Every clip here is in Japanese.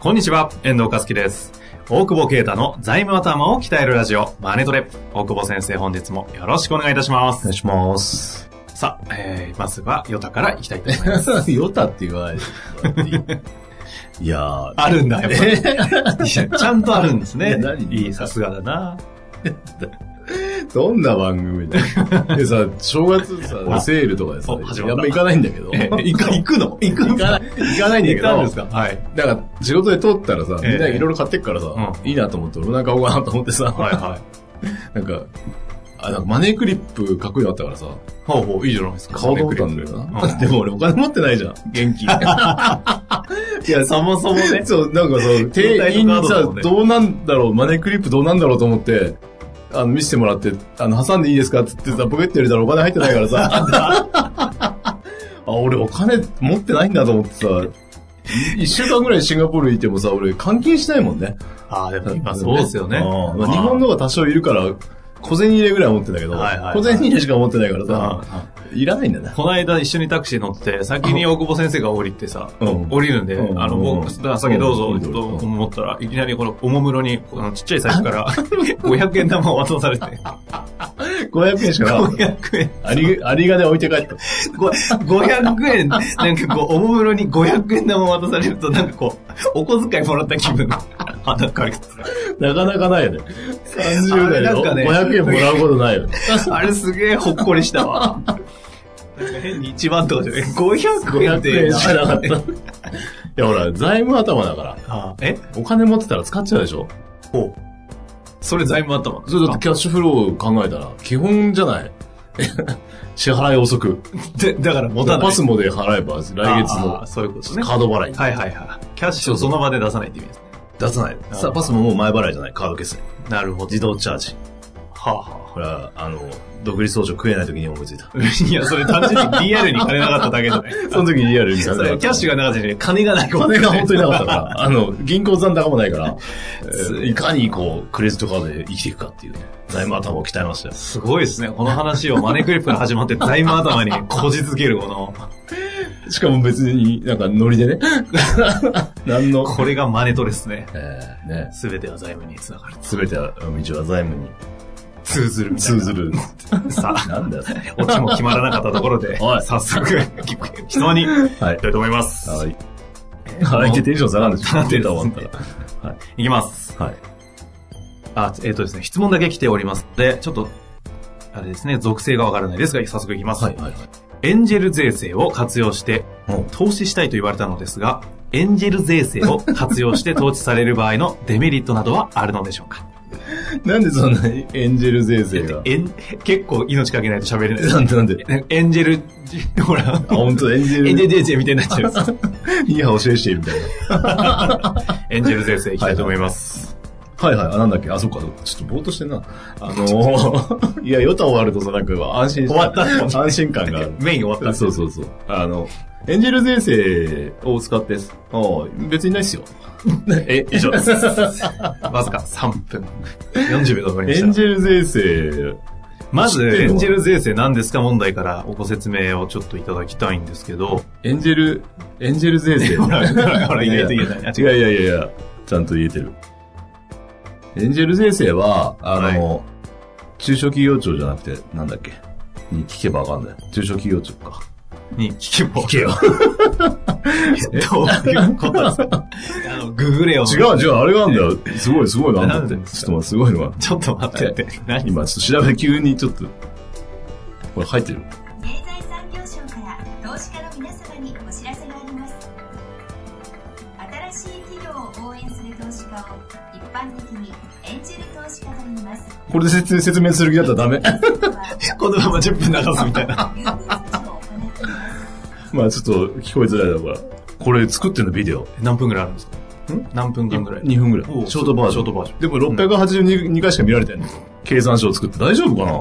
こんにちは、遠藤和樹です。大久保啓太の財務頭を鍛えるラジオ、マネトレ。大久保先生、本日もよろしくお願いいたしまお願すい。します。さあ、えー、まずは、ヨタから行きたいと思います。 ヨタって言わないで。いやー。あるんだ、やっぱり。いやちゃんとあるんですいねや。何いい、さすがだ な。どんな番組だよでさ、正月さ、セールとかでさ、お始まったあんま行かないんだけど。え、行く行くの行く行んかない、行かないんだけ行ったんですど。かはい。だから、仕事で通ったらさ、ええみんないろいろ買ってっからさ、ういいなと思って、俺もなんか買おうかなと思ってさ、はいはい。なんか、あ、なんかマネークリップかっこよかったからさ、ほうほう、いいじゃないですか。買おうと思ったんだような。んでも俺お金持ってないじゃん、現 金。いや、そもそもね。 そう、なんか そう、店員にさ、どうなんだろう、マネークリップどうなんだろうと思って、あの、見せてもらって、あの、挟んでいいですかって言ってさ、ポケット入れたらお金入ってないか らさ。 あ、俺お金持ってないんだと思ってさ、一週間ぐらいシンガポールいてもさ、俺換金しないもんね。ああ、でも今そうですよね。うんまああー日本の方が多少いるから、小銭入れぐらいは持ってんだけど、はいはいはい小銭入れしか持ってないからうんさ、いらないん だね。この間一緒にタクシー乗ってて、先に大久保先生が降りてさ、うん降りるんで、うんあの、うん僕、先どううんぞ、と思ったら、いきなりこのおもむろに、このちっちゃい財布 から、500円玉を渡されて、 500円しかなかった。 500円、あり、ありがね置いて帰った。ご500円、なんかこう、おもむろに500円玉を渡されると、なんかこう、お小遣いもらった気分が、鼻から来たなかなかないよね。あ30れ代でなんかね500円もらうことな いよね。あれすげえほっこりしたわ。なんか変に1万とかじゃない。500円って500円しかなかった。いやほら、財務頭だから、あえお金持ってたら使っちゃうでしょほう。それ財務頭。それだってキャッシュフローを考えたら、基本じゃない。 支払い遅く。で、だから持たない。パスモで払えば、来月あのーそういうことね。カード払い。はいはいはい。キャッシュをその場で出さないって意味ですね。出さない。あさーパスモも前払いじゃない、カード決済。なるほ自。動チャージ。はあはこれは、あの、独立装置食えない時に思いついた。あ。いや、それ単純にリアルに金なかっただけじゃない。 その時にリアルにさ それキャッシュがなかったじゃない。金がない。金が本当になかったから、あの、銀行残高もないから、えーいかにこう、クレジットカードで生きていくかっていうね、財務頭を鍛えましたよ。すごいですね。この話をマネクリップから始まって財務頭にこじつけるこの、しかも別になんかノリでね、何の、これがマネトレですね。えー、ね、すべては財務につながる。すべては道は財務に通ずるみたい通な。ずる。さあ、なんだよ、それオチも決まらなかったところで、 おい早速、質問に行きはい。たいと思います。はい。はい、ってテンション下がるでしょ。なんでデータ終わっいきます。たら。はい。あ、えっ、とですね、質問だけ来ておりますので、ちょっと、あれですね、属性がわからないですが、早速いきます。はい、はい、はい。エンジェル税制を活用して、投資したいと言われたのですが、エンジェル税制を活用して 投資される場合のデメリットなどはあるのでしょうかなんでそんなエンジェル税制が。エン結構命かけないと喋れないなんでなんで。エンジェルじ、ほら、あ、本当エンジェエンジェル、ル税制みたいになっちゃい ます。いや、教えしてみたいな。エンジェル税制いきたいと思います。はいはい、あ、なんだっけ、あ、そっか、そっかちょっとぼーっとしてんな。あのー、 いや、ヨタ終わるとさ、なんか安心終わった安心感がある。メイン終わったんです そうそうそう。あの、エンジェル税制を使ってす、ああ、別にないっすよ。 え、以 上です。わずか3分。40秒止まりまエしたン。ジェル税制、まず、知ってるエのンジェル税制何ですか問題からご説明をちょっといただきたいんですけど、エンジェル、エンジェル税 制。ほら、 ほら、ほら、意外と言えない。あ違う。いやいやいや、ちゃんと言えてる。エンジェル税制は、あの、中小企業庁じゃなくて、なんだっけ、に聞けばわかんない。中小企業庁か。に聞けば。聞けよ。どういうことですかあの、ググれよ。 違う違う、あれがあんだよ。すごいすごいのあんだよ。なんちでょっですかと待ってすごいのが。ちょっと待ってって。何今、ちょっと調べ、急にちょっと。これ入ってる。経済産業省から投資家の皆様にお知らせがあります新しい企業を応援する投資家を一般的にエンジェル投資家と言います これで説説明する気だったらダメ。 これはこのまま10分流すみたいな。優遇措置を行っていますまあちょっと聞こえづらいだから。これ作ってんのビデオ。 何分ぐらいあるんですかん何分間ぐらい2分ぐらい。おうショートバージョン。ショートバージョンでも682回しか見られてない計算書を作って大丈夫かな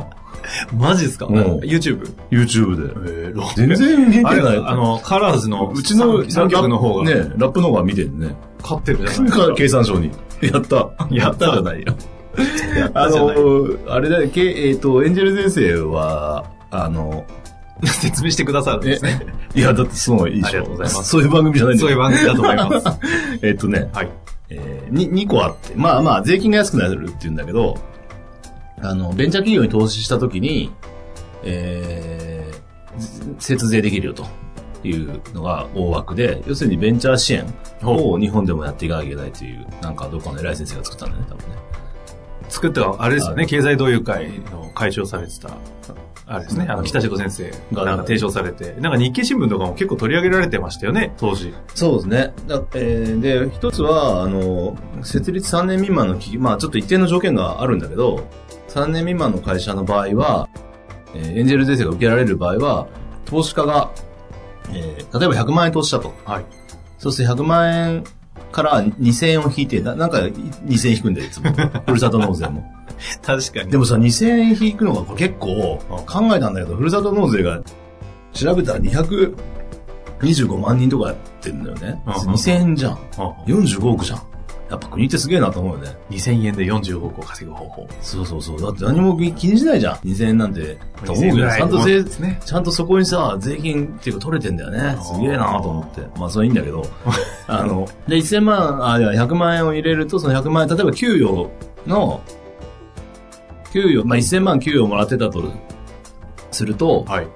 マジですかうん ?YouTube? ?YouTube で。え全然見てあない。れ、あの、カラーズのうちの3曲の方が、ね、ラップの方が見てるね。勝ってるじゃないですかか計算書に。やった。やったじゃないよ。やったあじゃない。の、あれだよ、けえっ、と、エンジェル先生は、あの、説明してくださるんですね。いや、だってすごいいいでしありょ。がとうございますそういう番組じゃないんだそういうよ。番組だと思い ます。えっとね、はい。えー、に2個あって、まあまあ、税金が安くなるっていうんだけど、あの、ベンチャー企業に投資したときに、えーず節税できるよというのが大枠で、要するにベンチャー支援を日本でもやっていかなきゃいけないという、なんかどっかの偉い先生が作ったんだよね、多分ね。作ったのはあれですよね、あ経済同友会の会長されてた、あれですね、あの、北瀬戸先生がなんか提唱されて、なんか日経新聞とかも結構取り上げられてましたよね、当時。そうですね。だえーで、一つは、あの、設立3年未満の企業、まあちょっと一定の条件があるんだけど、3年未満の会社の場合は、えーエンジェル税制が受けられる場合は、投資家が、えー例えば100万円投資したと。はい。そして100万円から2000円を引いて、ななんかい2000円引くんだよ、いつも。ふるさと納税も。 確かにでもさ、2000円引くのがこれ結構考えたんだけど、ふるさと納税が調べたら225万人とかやってんだよね。うんうん2000円じゃん。も、 45億じゃん。やっぱ国ってすげえなと思うよね。 2000円で45億を稼ぐ方法。そうそうそう。だって何も気にしないじゃん。2000円なんて。と思うけどちゃんと税、ですね。ちゃんとそこにさ、税金っていうか取れてんだよね。すげえなと思って。まあそれいいんだ けど。あの、で、1000万、あ、いや、100万円を入れると、その100万円、例えば給与の、給与、まあ1000万給与もらってたと、すると、はい。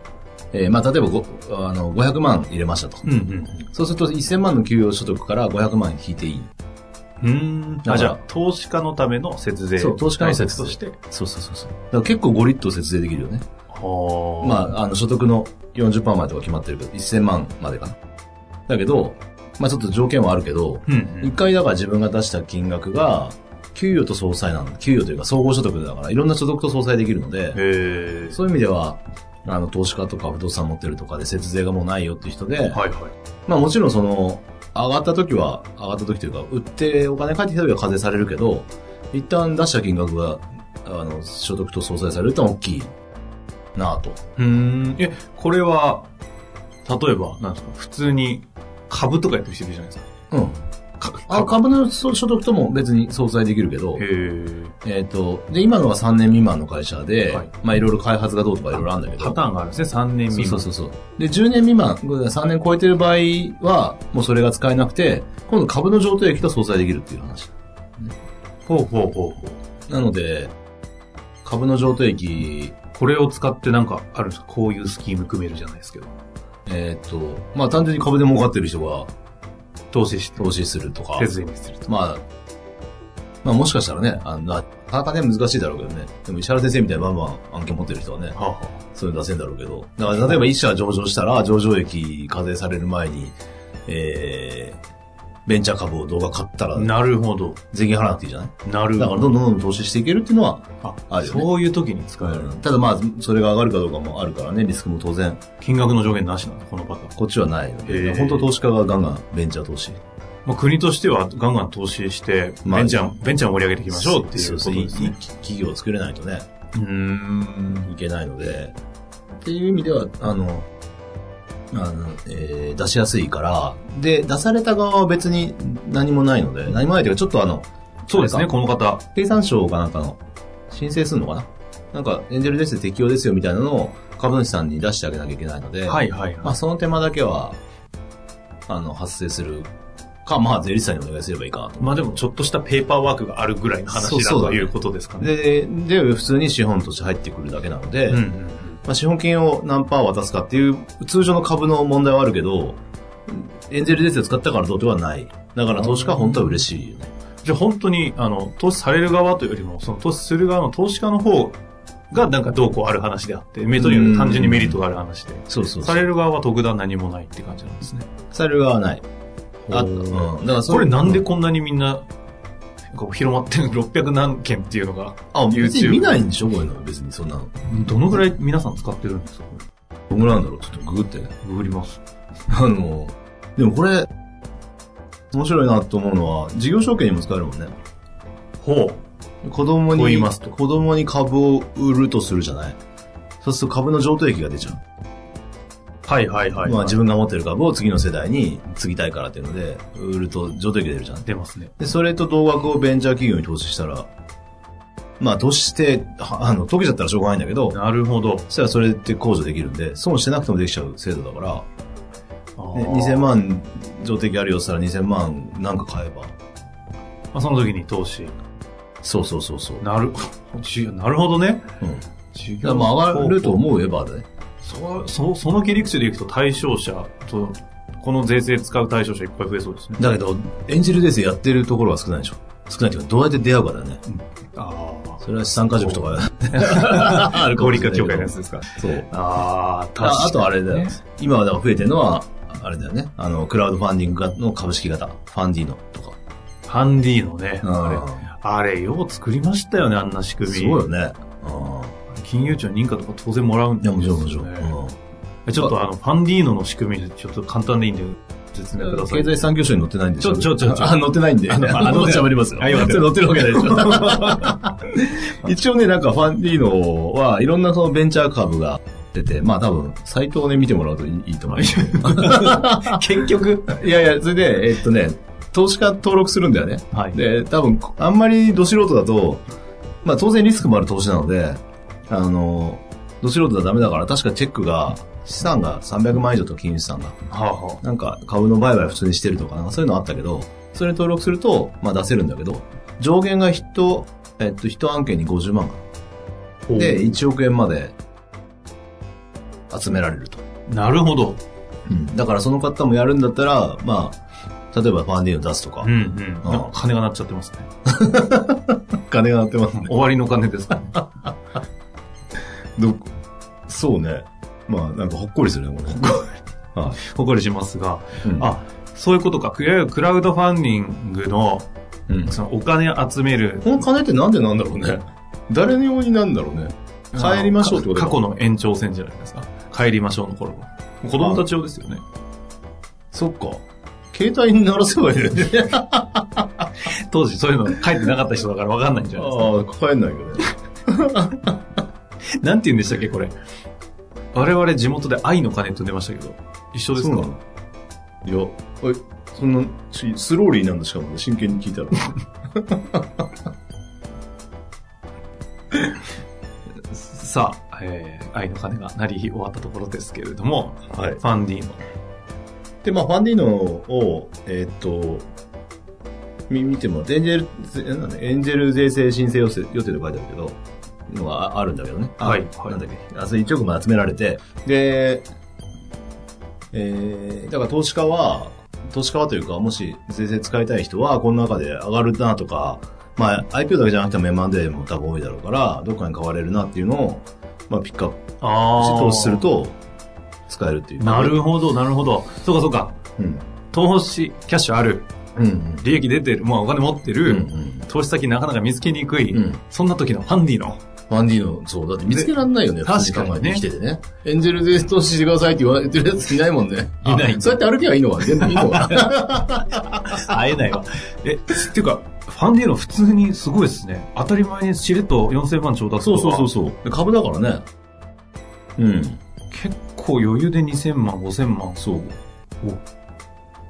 えーまあ例えばごあの500万入れましたと。うんうん。そうすると1000万の給与所得から500万引いていい。うん。あ、じゃあ、投資家のための節税。そう投資家の節税として。そうそうそうそう。だから結構ゴリッと節税できるよね。はまあ、あの、所得の40%までとか決まってるけど、1000万までかな。だけど、まあちょっと条件はあるけど、うんう一ん。回だから自分が出した金額が、給与と総裁なんだ。給与というか総合所得だから、いろんな所得と総裁できるので、へえ。そういう意味では、あの、投資家とか不動産持ってるとかで節税がもうないよっていう人で、はいはい。まあもちろんその、上がった時は、上がった時というか、売ってお金返ってきた時は課税されるけど、一旦出した金額が、あの、所得と総裁されると大きいなぁと。うーん。え、これは、例えば、なんですか、普通に株とかやってる人いるじゃないですうん。か。あ株の所得とも別に相殺できるけどへ、ーえっ、と、で、今のは3年未満の会社で、はいまあいろいろ開発がどうとかいろいろあるんだけど、パターンがあるんですね、3年未満。そうそうそうそう。で、10年未満、3年超えてる場合は、もうそれが使えなくて、今度株の譲渡益と相殺できるっていう話。ほうほうほうほう。なので、株の譲渡益、これを使ってなんかあるんですかこういうスキーム組めるじゃないですけど。えっ、と、まあ単純に株で儲かってる人が投資して、投資するとか手、伝いにすると。まあ、まあもしかしたらね、あの、なかなかね難しいだろうけどね。でも石原先生みたいにバンバン案件持ってる人はね、はあはあそういうの出せんだろうけど。だから、例えば一社上場したら、上場益課税される前に、えー、ベンチャー株を動画買ったら、なるほど。税金払わなくていいじゃないなるだかほら、どんどんどんどん投資していけるっていうのは、ど。あるよねそういう時に使える。ただまあ、それが上がるかどうかもあるからね、リスクも当然、金額の上限なしなんだ、このパターン。こっちはないのへで、ー本当投資家がガンガンベンチャー投資。まあ、国としてはガンガン投資して、まあベンチャー、ベンチャーを盛り上げていきましょうっていうそことですいいね。企業を作れないとね、うーん。いけないので、っていう意味では、あの、あの、えー出しやすいから、で、出された側は別に何もないので、何もないというか、ちょっとあの、そうですね、この方。経産省かなんかの申請するのかななんか、エンジェルです適用ですよみたいなのを株主さんに出してあげなきゃいけないので、はいはいまはあ、その手間だけは、あの、発生するか、まあ、税理士さんにお願いすればいいかなとい。。まあでも、ちょっとしたペーパーワークがあるぐらいの話そうだそうだとねいうことですかね。で、で、普通に資本として入ってくるだけなので、うんうんうん。まあ、資本金を何パー渡すかっていう、通常の株の問題はあるけど、エンジェルですを使ったからどうではない。だから投資家は本当は嬉しいよね。じゃあ本当に、あの、投資される側というよりも、その投資する側の投資家の方がなんかどうこうある話であって、メリットによる単純にメリットがある話で。そうそうされる側は特段何もないって感じなんですね。される側はない。あ、ほううん。だからそこれなんでこんなにみんな、こう広まってる600何件っていうのが、あ、別 YouTube に見ないんでしょこういうの。別にそんなの。どのぐらい皆さん使ってるんですかこどんぐらいなんだろうちょっとググって。れググります。あの、でもこれ、面白いなと思うのは、事業承継にも使えるもんね。ほ子供と言いに、ますと子供に株を売るとするじゃないそうすると株の譲渡益が出ちゃう。う。はいはいはい、まあ自分が持ってる株を次の世代に継ぎたいからっていうので、売ると譲渡益が出るじゃん。出ますね。で、それと同額をベンチャー企業に投資したら、まあ投資して、はあの、溶けちゃったらしょうがないんだけど、なるほど。そしたらそれって控除できるんで、損してなくてもできちゃう制度だから、ね、2000 2000万。万上的あるよって言ったら2000万なんか買えば。まあその時に投資。そうそうそうそう。なる、 じなるほどね。うん。だか授らまあ上がると思うエバーだね。そそその切り口でいくと対象者と、この税制使う対象者いっぱい増えそうですね。だけど、エンジェルデイズやってるところは少ないでしょ。少ないっていうか、どうやって出会うかだよね。あそれは資産家塾とか。 ああ。るか合もし理化れないけど協会のやつですか。そう。ああ、確かあに。あとあれだよ。今はだから増えてるのは、あれだよね。あの、クラウドファンディングの株式型。ファンディーノとか。ファンディーのね、ああれ。あれ、よう作りましたよね、あんな仕れ組み。すごいよね。あ金融庁認可とか当然もらうんいでや、すよもねちろんもちろん。うんちょっとあの、ファンディーノの仕組み、ちょっと簡単でいいんで、説明ください。経済産業省に載ってないんでしょちょちょちょちょあ、載ってないんで。あのあの後で喋りますよ。はいわかったそれ載ってるわけないでしょ。一応ね、なんかファンディーノはいろんなそのベンチャー株が出て、まあ多分、サイトをね、見てもらうといいいいと思います。結局。いやいや、それで、えっとね、投資家登録するんだよね。はい。で、多分、あんまりど素人だと、まあ当然リスクもある投資なので、あの、ど素人だとダメだから、確かチェックが、資産が300万以上と金融資産が、はあ、はなんか株の売買普通にしてるとか、なんかそういうのあったけど、それ登録すると、まあ出せるんだけど、上限が人、えっと、人案件に50万かあ、なで、1億円まで集められると。なるほど。だからその方もやるんだったら、まあ、例えばファンディーを出すとか、うんうん。なんか金がなっちゃってますね。金が鳴ってますね終わりのお金です か。どそうね。まあ、なんかほっこりするね、これ。はいほこりしますが。うんあ、そういうことか。いわゆるクラウドファンディングの、うんそのお金集める。この金ってなんでなんだろうね。誰のようになんだろうね。帰りましょうってことか過去の延長線じゃないですか。帰りましょうの頃の。子供たち用ですよね。 そっか。携帯に鳴らせばいいのにね。当時そういうの帰ってなかった人だから分かんないんじゃないで ああ、帰んないけどね。すか。なんて言うんでしたっけ、これ。我々地元で愛の金って呼んでましたけど。一緒ですかいや、え、そんな、しスローリーなんだしかもね、真剣に聞いたら。さあ、えー愛の金が鳴り終わったところですけれども、はいファンディーの。 で、まあ、ファンディーノを、えーっと、み見てもらって、エンジェルぜ、なんだエンジェル税制申請予定予定で書いてあるけど、のがああるんだけどね。はいあはいなんだっけ。あ、それ1億も集められて、で、えー、だから投資家は、投資家はというか、もし税制使いたい人は、この中で上がるなとか、まあ、IPO だけじゃなくても M&A も多分多いだろうから、どっかに買われるなっていうのを、まあ、ピックアップあして投資する。と、使えるっていう。なるほど、なるほど。そうかそうか。うん。投資、キャッシュある。うんうん。利益出てる、まあお金持ってうる、ん投資先なかなか見つけにくい、うんそんな時のファンディの、 ファンディーノ、そう、だって見つけられないよね。確かにね普通考えて生きててね。エンジェルで投資してくださいって言われてるやついないもんね。いないあそうやって歩けばいいのか全然いいのか会えないわ。え、 っていうか、ファンディの普通にすごいですね。当たり前にしれっと4000万調達とか。そう。株だからね。うん。結構余裕で2000万、5000万。そう。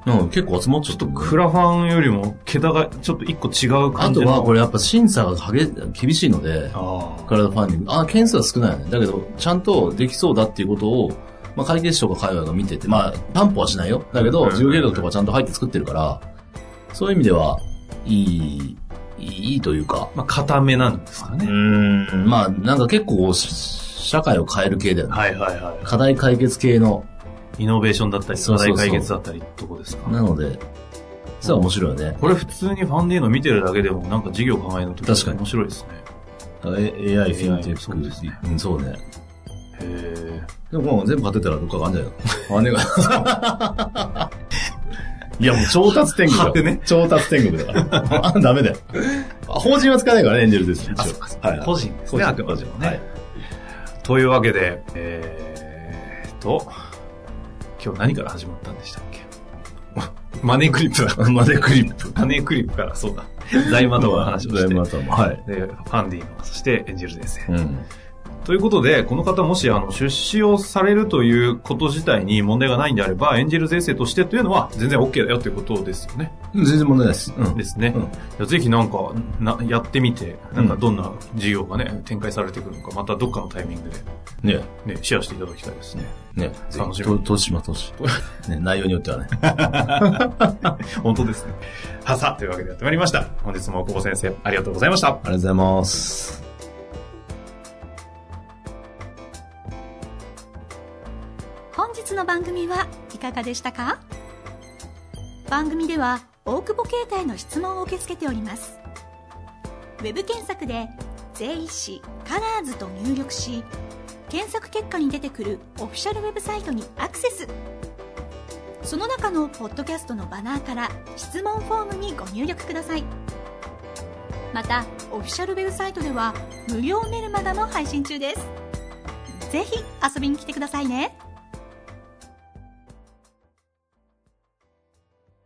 なんか結構集まっちゃったもんねクラファンよりも桁がちょっと一個違うあ感じとの。は、これやっぱ審査が激厳しいので、あクラウドファンディング。あ、件数は少ないよね。だけど、ちゃんとできそうだっていうことを、まあ、会計士とか海外が見てて、まあ、担保はしないよ。だけうんど、うん事業計画とかちゃんと入って作ってるから、そういう意味では、いい、いいいいというか、まあ、固めなんですかうね。ーん、まあ、なんか結構こう、し社会を変える系だよね。はいはいは課題解決系の。い。イノベーションだったり、そう課そうそう題解決だったりってとこですか。なので、それは面白いよね。これ普通にファンディの見てるだけでも、なんか事業考えるのと確かに面白いですね。え AI、フィンテ AI ック。そうですねうん、そうね。へえ。 でももう全部買ってたらどっかがあるんじゃないの姉が。いや、もう調達天貼っ国てだよ。ね調達天国だから。あ、 ダメだよ。法人は使えないからね、エンジェルです。あ、そっかそっか。個人ですね、あくまでもね。はいというわけで、えーっと、今日何から始まったんでしたっけ マネークリップだ。 マネークリップ。マネークリップから、そう だ。財務頭の話をして。財務頭もはい。で、ファンディーの、そしてエンジェル先生。うん。ということで、この方もし、あの、出資をされるということ自体に問題がないんであれば、エンジェル税制としてというのは全然 OK だよということですよね。全然問題ないです。うんですね。うんいやぜひなんかな、やってみて、なんかうんどんな事業がね、展開されていくのか、またどっかのタイミングねで、ね、シェアしていただきたいですね。 ねぜ楽しひみと投資しま投資。ね、内容によってはね。本当ですね。 はさあ、というわけでやってまいりました。本日も大久保先生、ありがとうございました。ありがとうございます。本日の番組はいかがでしたか番組では大久保携帯の質問を受け付けておりますウェブ検索で「税理士カラーズと入力し検索結果に出てくるオフィシャルウェブサイトにアクセスその中のポッドキャストのバナーから質問フォームにご入力くださいまたオフィシャルウェブサイトでは無料メルマガも配信中ですぜひ遊びに来てくださいね